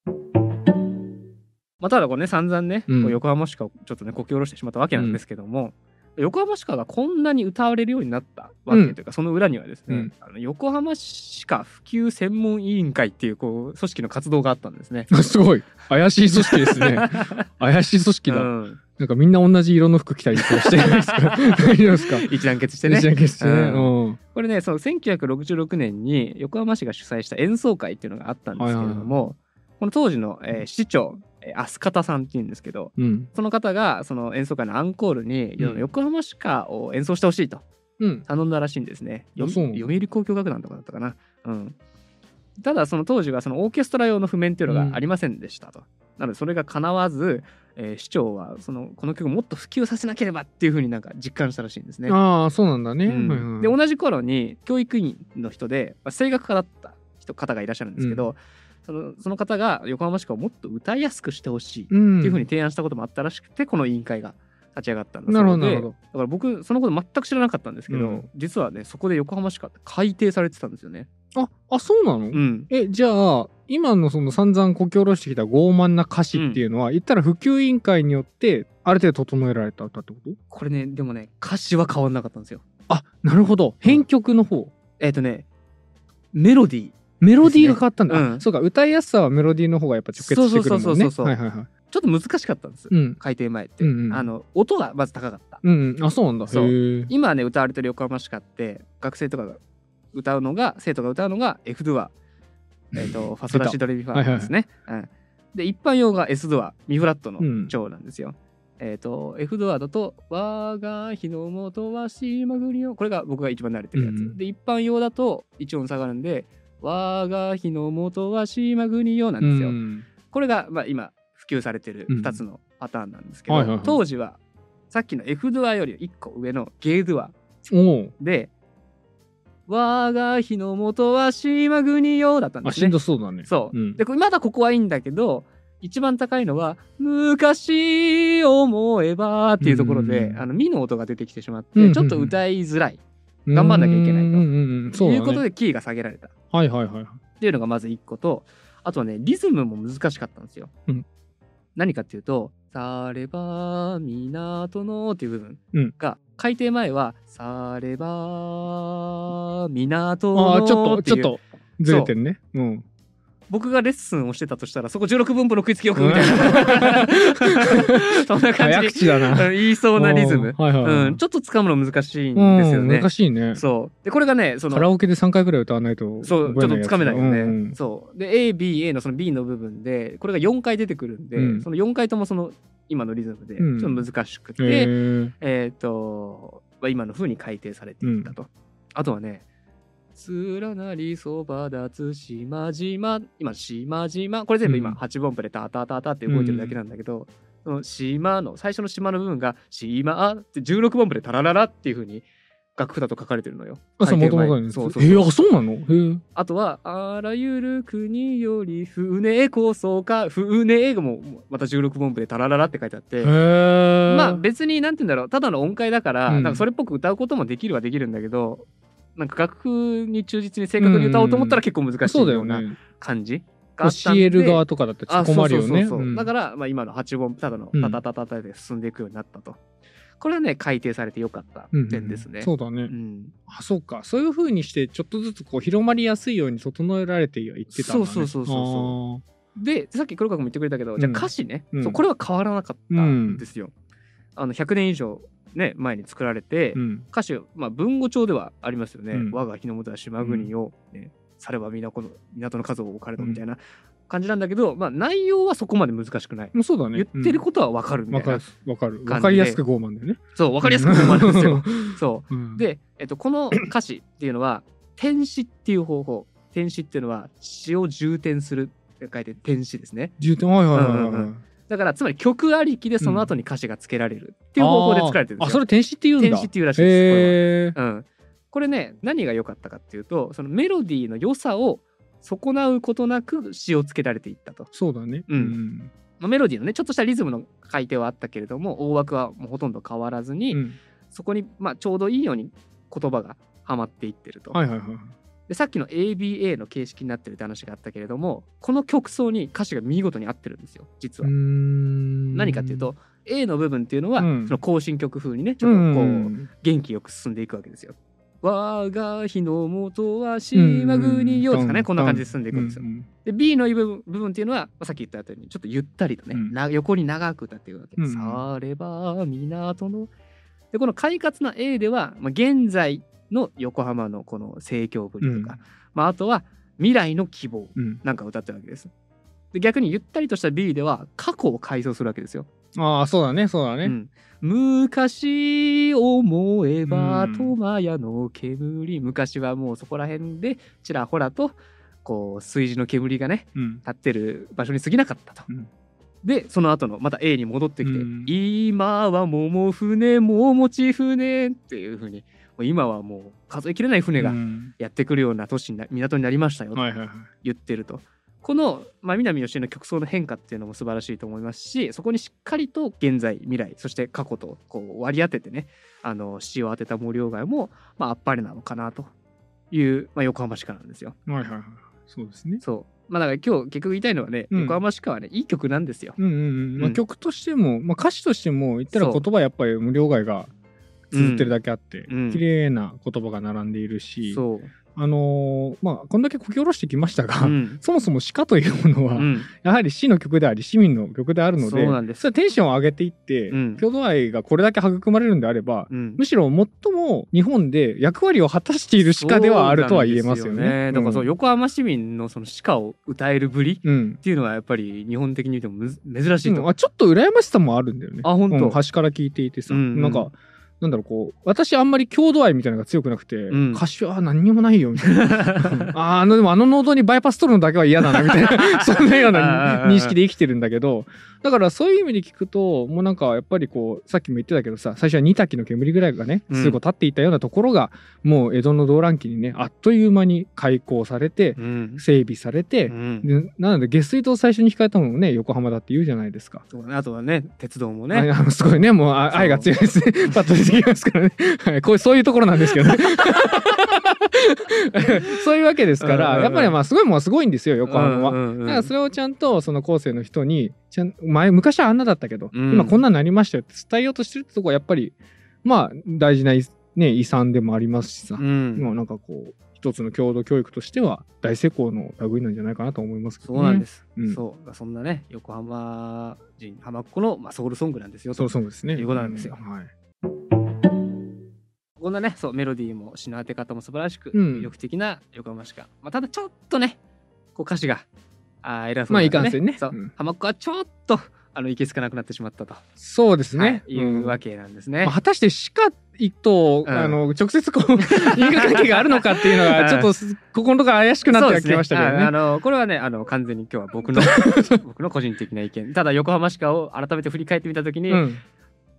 A: まあ、ただこれね散々ね、
B: うん
A: こう横浜市歌をちょっとねこき下ろしてしまったわけなんですけども、横浜市歌がこんなに歌われるようになったわけというか、その裏にはですね、
B: うん
A: あの横浜市歌普及専門委員会っていうこう組織の活動があったんですね。
B: へー すごい。怪しい組織で すね。怪しい組織だ。
A: うん
B: なんかみんな同じ色の服着たりとかしてないですか大丈夫ですか
A: 一致団 結してね
B: 一覧消 してね。
A: う
B: うん。
A: これねその1966年に横浜市が主催した演奏会っていうのがあったんですけれども、この当時の、えー市長えー飛鳥田さんっていうんですけど
B: うん。
A: その方がその演奏会のアンコールに、
B: うん
A: 横浜市歌を演奏してほしいと
B: うん。
A: 頼んだらしいんですね。よ
B: そうなの
A: 読売交響楽団とかだったかな。うん、ただその当時はそのオーケストラ用の譜面っていうのがありませんでしたと。なのでそれが叶わず、えー市長はそのこの曲をもっと普及させなければっていうふうになんか実感したらしいんですね。
B: ああ、そうなんだね。
A: う
B: はいは
A: ん
B: い
A: で同じ頃に教育委員の人で、まあ、声楽家だった人方がいらっしゃるんですけど、そのその方が横浜市歌をもっと歌いやすくしてほしいって
B: うん。
A: いうふうに提案したこともあったらしくて、この委員会が立ち上がったんだ
B: なるほど、
A: そうで
B: なるほど。
A: だから僕そのこと全く知らなかったんですけど、
B: うん
A: 実はねそこで横浜市かって改定されてたんですよね。
B: あ、あ、そうなの、
A: うん、
B: え、じゃあ、今のその散々こき下ろしてきた傲慢な歌詞っていうのは、言ったら普及委員会によって、ある程度整えられた歌ってこと
A: これねでもね歌詞は変わんなかったんですよ。
B: あ、なるほど。編曲の方。
A: えっ、とねメロディー
B: メロディーが変わったんだ。
A: うん
B: あそうか、歌いやすさはメロディーの方がやっぱ直結してくるもんね。
A: そうそうそうそうそう
B: はいはいはい。
A: ちょっと難しかったんです、
B: うん。
A: 改定前って。
B: うんうん
A: あの音がまず高かった。
B: うんうん。あ、そうなんだ。
A: そう
B: へー
A: 今ね歌われてる横浜市歌って学生とかが歌うのが生徒が歌うのが F ドゥア、えー、とファソラシドレミファなんですね。うんで一般用が S ドゥアミフラット
B: うん
A: の調なんですよ。えっ、と F ドゥアだと「我が日の元は島国を」これが僕が一番慣れてるやつ。
B: うん
A: で一般用だと一音下がるんで「我が日の元は島国よ」なんですよ。
B: うん
A: これが、まあ、今普及されてる
B: うん
A: 2つのパターンなんですけど、
B: はいはいはい
A: 当時はさっきの F ドゥアより1個上のゲードゥア
B: おう
A: で「我が日の元は島国よ」だったん
B: あ、
A: で
B: し
A: す
B: ん
A: ね
B: ど。そうだね。
A: そう、
B: うん
A: でこれまだここはいいんだけど一番高いのは「昔思えば」っていうところで、
B: うん
A: あの「み」の音が出てきてしまって、
B: うんうんうん
A: ちょっと歌いづらい頑張んなきゃいけないと
B: うんうんうんうん。
A: と
B: そうだ
A: い
B: ね。
A: うことでキーが下げられたっ
B: はいはいはい。
A: ていうのがまず1個とあとはねリズムも難しかったんですよ。
B: うん
A: 何かっていうとされば港のっていう部分
B: うん
A: が、改定前はされば港の
B: ああ、ちょっと、
A: て
B: ち
A: い
B: ょ
A: う
B: っと、ずれてるね。うん。
A: 僕がレッスンをしてたとしたらそこ16分歩の食いつきよくみたい なそんな感
B: 早
A: じ
B: 口だな。
A: 言いそうなリズム、
B: あー。はいはいはい。
A: うん、ちょっと掴むの難しいん
B: うん
A: ですよね
B: 難。しいね。
A: そうでこれがねそ
B: カ
A: の
B: ラオケで3回ぐらい歌わないと。
A: そうちょっとつかめないよね、
B: うんうん
A: そうで ABA のその B の部分でこれが4回出てくるんで、
B: うん
A: その4回ともその今のリズムでち
B: うん
A: ょっと難しくて、
B: へー
A: えっ、と、まあ、今の風に改定されていったと、あとはね「連なりそば立つ島々」今「島々」これ全部今
B: うん
A: 8分音符でタタタタって動いてるだけなんだけど、その島の最初の島の部分が「島」って16分音符で「タラララ」っていう風に楽譜だと書かれてるのよ。
B: あ、そう、
A: 改訂
B: もと
A: 前
B: もとね。
A: そうそうそう
B: へえ、あ、そうなのへえ。
A: あとは、あらゆる国より船こそか、船がもうまた16分音符でタラララって書いてあって、
B: へえ。
A: まあ別になんて言うんだろう、ただの音階だから、
B: うん
A: なんかそれっぽく歌うこともできるはできるんだけど、なんか楽譜に忠実に正確に歌おうと思ったら結構難しい
B: そうだ
A: よ
B: よ
A: うな
B: ね。
A: 感じがあった
B: 教
A: んで
B: える側とかだったら
A: あ
B: ちょっと困るよね。
A: そうそうそうそう
B: うん
A: だから、まあ、今の8本ただの
B: うん
A: タタタタタで進んでいくようになったと。これはね、改定されてよかった
B: うんうん
A: 点ですね。
B: そうだね。
A: うん
B: あ、そうか。そういう風にして、ちょっとずつこう広まりやすいように整えられてはいってたんだね。
A: そうそうそうそうそでさっき黒川君も言ってくれたけど、
B: うん
A: じゃあ歌詞ね、
B: うん
A: そうこれは変わらなかったんですよ。あの100年以上、ね、前に作られて、
B: あーうん。
A: 歌詞、まあ、文語帳ではありますよね「
B: うん
A: 我が日の元は島国を、ねされば港の港の数を置かれど」みたいな感じなんだけど、まあ、内容はそこまで難しくない。
B: もうそうだね。
A: 言ってる
B: こ
A: ことはわかるみたい
B: わ
A: な、
B: かる。わかる。
A: で
B: わかりやすく傲慢だよね。
A: そうわかりやすく思われるんです よ。そう
B: うん。うん、
A: で、えっと、この歌詞っていうのは転詞っていう方法転詞っていうのは詞を重点するって書いて転詞ですね。
B: 重点、はいはいはい
A: う
B: はい
A: んう
B: は
A: ん
B: い。
A: うだからつまり曲ありきでその後に歌詞がつけられるっていう方法で作られてるんで
B: あーあ、
A: す
B: そ
A: よ。
B: れ天使って言うんだ。
A: 転詞っていうらしいです。
B: へえ
A: こ。れはうん、これね何が良かったかっていうとそのメロディーの良さを損なうことなく詞をつけられていったと。
B: そうだね。
A: うんまあメロディーのねちょっとしたリズムの改定はあったけれども大枠はもうほとんど変わらず
B: う
A: に、
B: ん。うん
A: そこに、まあ、ちょうどいいように言葉がはまっていってると、
B: はいはいはい。
A: でさっきの ABA の形式になってるって話があったけれどもこの曲奏に歌詞が見事に合ってるんですよ実は。何
B: 何
A: かっていうと、A の部分っていうのは、
B: うん
A: その行進曲風にねち
B: う
A: ょっとこう、
B: ん、
A: 元気よく進んでいくわけですよ。我が日の元は島国よとかね、こんな感じで進んでいくんですよ。
B: うん
A: で B の部分部分っていうのはまあさっき言ったようにちょっとゆったりとね、
B: うん
A: な横に長く歌っていくわけ。
B: うん
A: されば港のでこの快活な A では、まあ、現在の横浜のこの盛況ぶりとか、
B: うん
A: まあ、あとは未来の希望
B: うん
A: なんか歌ってるわけです。で逆にゆったりとした B では過去を回想するわけですよ。
B: ああ、そうだね、そうだね。
A: うん昔思えば
B: うん
A: 苫屋の煙、昔はもうそこら辺でちらほらとこう炊事の煙がね
B: うん
A: 立ってる場所に過ぎなかったと。
B: うん
A: でその後のまた A に戻ってきて「
B: うん
A: 今は桃船桃餅船」っていうふうにもう今はもう数えきれない船
B: う
A: が
B: ん
A: やってくるような都市にな港になりましたよと
B: はいはいはい。
A: 言ってると。この、まあ、南吉江の曲奏の変化っていうのも素晴らしいと思いますしそこにしっかりと現在未来そして過去とこう割り当ててねあの詩を当てた森鴎外も、まあ、あっぱれなのかなという、まあ、横浜市歌なんですよ。
B: はいはいはい。そうですね。
A: そうまあだから今日結局言いたいのはね、
B: うん
A: 横浜市歌はねいい曲なんですよ。
B: うんうんうん。ま
A: う
B: あ、
A: ん
B: 曲としても、まあ、歌詞としても、言った
A: そ
B: ら
A: う
B: 言葉やっぱり無料外が綴ってるだけあって、
A: うん
B: 綺麗な言葉が並んでいるし、
A: そう、
B: あのーまあ、こんだけこき下ろしてきましたが、
A: うん
B: そもそも鹿というものは、
A: うん
B: やはり市の曲であり、市民の曲であるので、
A: そうなんです
B: れはテンションを上げていって、
A: うん
B: 郷土愛がこれだけ育まれるんであれば、
A: うん
B: むしろ最も日本で役割を果たしている鹿ではあるとは言えますよ
A: そうなんで
B: ね。
A: だからそううん横浜市民のその鹿を歌えるぶりっ
B: うん
A: ていうのはやっぱり日本的に見てもむず珍しいと
B: うんあちょっと羨ましさもあるんだよね。
A: あ本当
B: う ん端から聞いていてさ、
A: うんうん
B: なんかなんだろうこう私あんまり郷土愛みたいなのが強くなくて、
A: ん
B: 歌詞は何にもないよみた いなうんあーあのでもあの濃度にバイパス取るのだけは嫌だなみたい なそんなような
A: あー
B: 認識で生きてるんだけどだからそういう意味で聞くともうなんかやっぱりこうさっきも言ってたけどさ最初は二滝の煙ぐらいがね
A: うん
B: すぐ立っていたようなところが、もう江戸の動乱期にねあっという間に開港されて
A: うん
B: 整備されて、
A: うん
B: でなので下水道最初に控えたのもね横浜だって言うじゃないですか。
A: そうだねあとはね鉄道も
B: あ
A: ね
B: あのすごいねもうあ
A: そう
B: 愛が強いですねパッと出てきますからね、はい、こうそういうところなんですけどね そういうわけですか
A: うんうん
B: ら、
A: うん
B: やっぱりまあすごいもんはすごいんですよ横浜は。
A: うんうんうん
B: だからそれをちゃんとその後世の人にちゃん前昔はあんなだったけど、
A: うん
B: 今こんなになりましたよって伝えようとしてるってとこはやっぱりまあ大事な遺,、ね、遺産でもありますしさ、
A: うん
B: もうなんかこう一つの共同教育としては大成功の類なんじゃないかなと思いますけ
A: そ
B: ど、ね、
A: うなんですす、
B: うん
A: そうそんなね横浜人浜っ子の、まあ、ソウルソングなんですよ
B: そうそうですね
A: いうことなんですよ
B: はい、
A: こんなねそうメロディーも詩の当て方も素晴らしく、
B: うん
A: 魅力的な横浜市か、まあ、ただちょっとねこう歌詞があー偉そう
B: まあ
A: ない
B: かんせんね
A: そう、
B: うん
A: 浜っ子はちょっとあのいけつかなくなってしまったと、
B: そうですね、
A: はい、いうわけなんですね、
B: まあ、果たして歯科と、
A: うん
B: あの直接こう因果関係があるのかっていうの
A: うん
B: がちょっとすここのところ怪しくなってはきましたけど
A: そうですねああ
B: ね。
A: のこれはねあの完全に今日は僕 の僕の個人的な意見ただ横浜市かを改めて振り返ってみた時に、
B: うん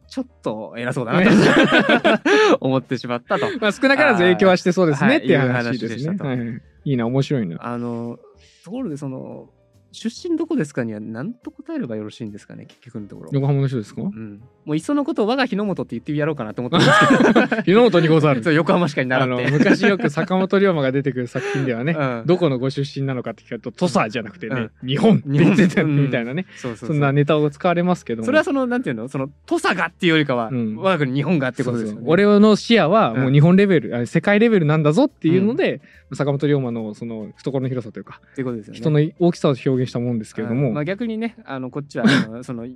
A: ちょっと偉そうだ なと思ってしまったと
B: まあ、少なからず影響はしてそうです
A: は
B: ね
A: い
B: っていう
A: はい
B: 話
A: いう話
B: で
A: ですした
B: ね。
A: と
B: はいいいな面白いな。
A: あのところでその出身どこですかには何と答えればよろしいんですかね結局のところ、
B: 横浜の人ですか
A: うん、もういっそのことを我が日の本って言ってやろうかなと思ったんですけど
B: 湯の本にござ
A: そ
B: る。
A: う横浜市かに習
B: あ
A: っ
B: の
A: て
B: 昔よく坂本龍馬が出てくる作品ではね、
A: うん
B: どこのご出身なのかって聞かれると土佐じゃなくてね、日本って
A: 日本
B: 言ってた
A: うん
B: みたいなね、
A: そうそう
B: そ
A: そうん
B: なネタを使われますけども
A: それはそのなんていうのその土佐がっていうよりかは、
B: うん
A: 我が国日本がってことですよ
B: そう
A: ね
B: そう俺の視野はもう日本レベル、あ世界レベルなんだぞっていうので、坂本龍馬のその懐の広さというか、
A: っていうことですよね
B: 人の大きさを表現したもんですけれど
A: あ
B: も、
A: まあ、逆にねあのこっちはあのその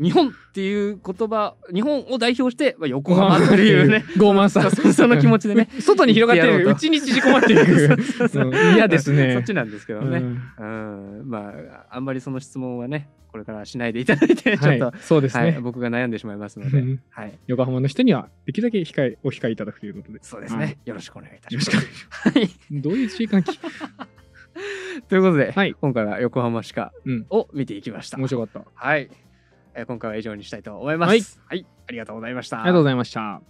A: 日本っていう言葉日本を代表して、まあ、横浜っていうね
B: 傲慢さ
A: そその気持ちでね
B: 外に広がってるうちに縮こまっていく
A: そうそうそう
B: うん嫌ですね
A: そっちなんですけどね、
B: うん
A: うんまああんまりその質問はねこれからしないでいただいてちょっと、
B: は
A: はいい
B: そうですね、
A: 僕が悩んでしまいますので、
B: うん
A: はい
B: 横浜の人にはできるだけ控えお控えいただくということで
A: そうですね、
B: はい
A: よろしくお願いいたし
B: よ
A: ま
B: ろし
A: す
B: くお願い
A: は
B: し
A: い
B: ますどういう注意喚起
A: ということで、
B: はい
A: 今回は横浜歯科
B: うん
A: を見ていきました、
B: 面白かった
A: はい、えー今回は以上にしたいと思います、
B: はい
A: はい、ありがとうございました
B: ありがとうございました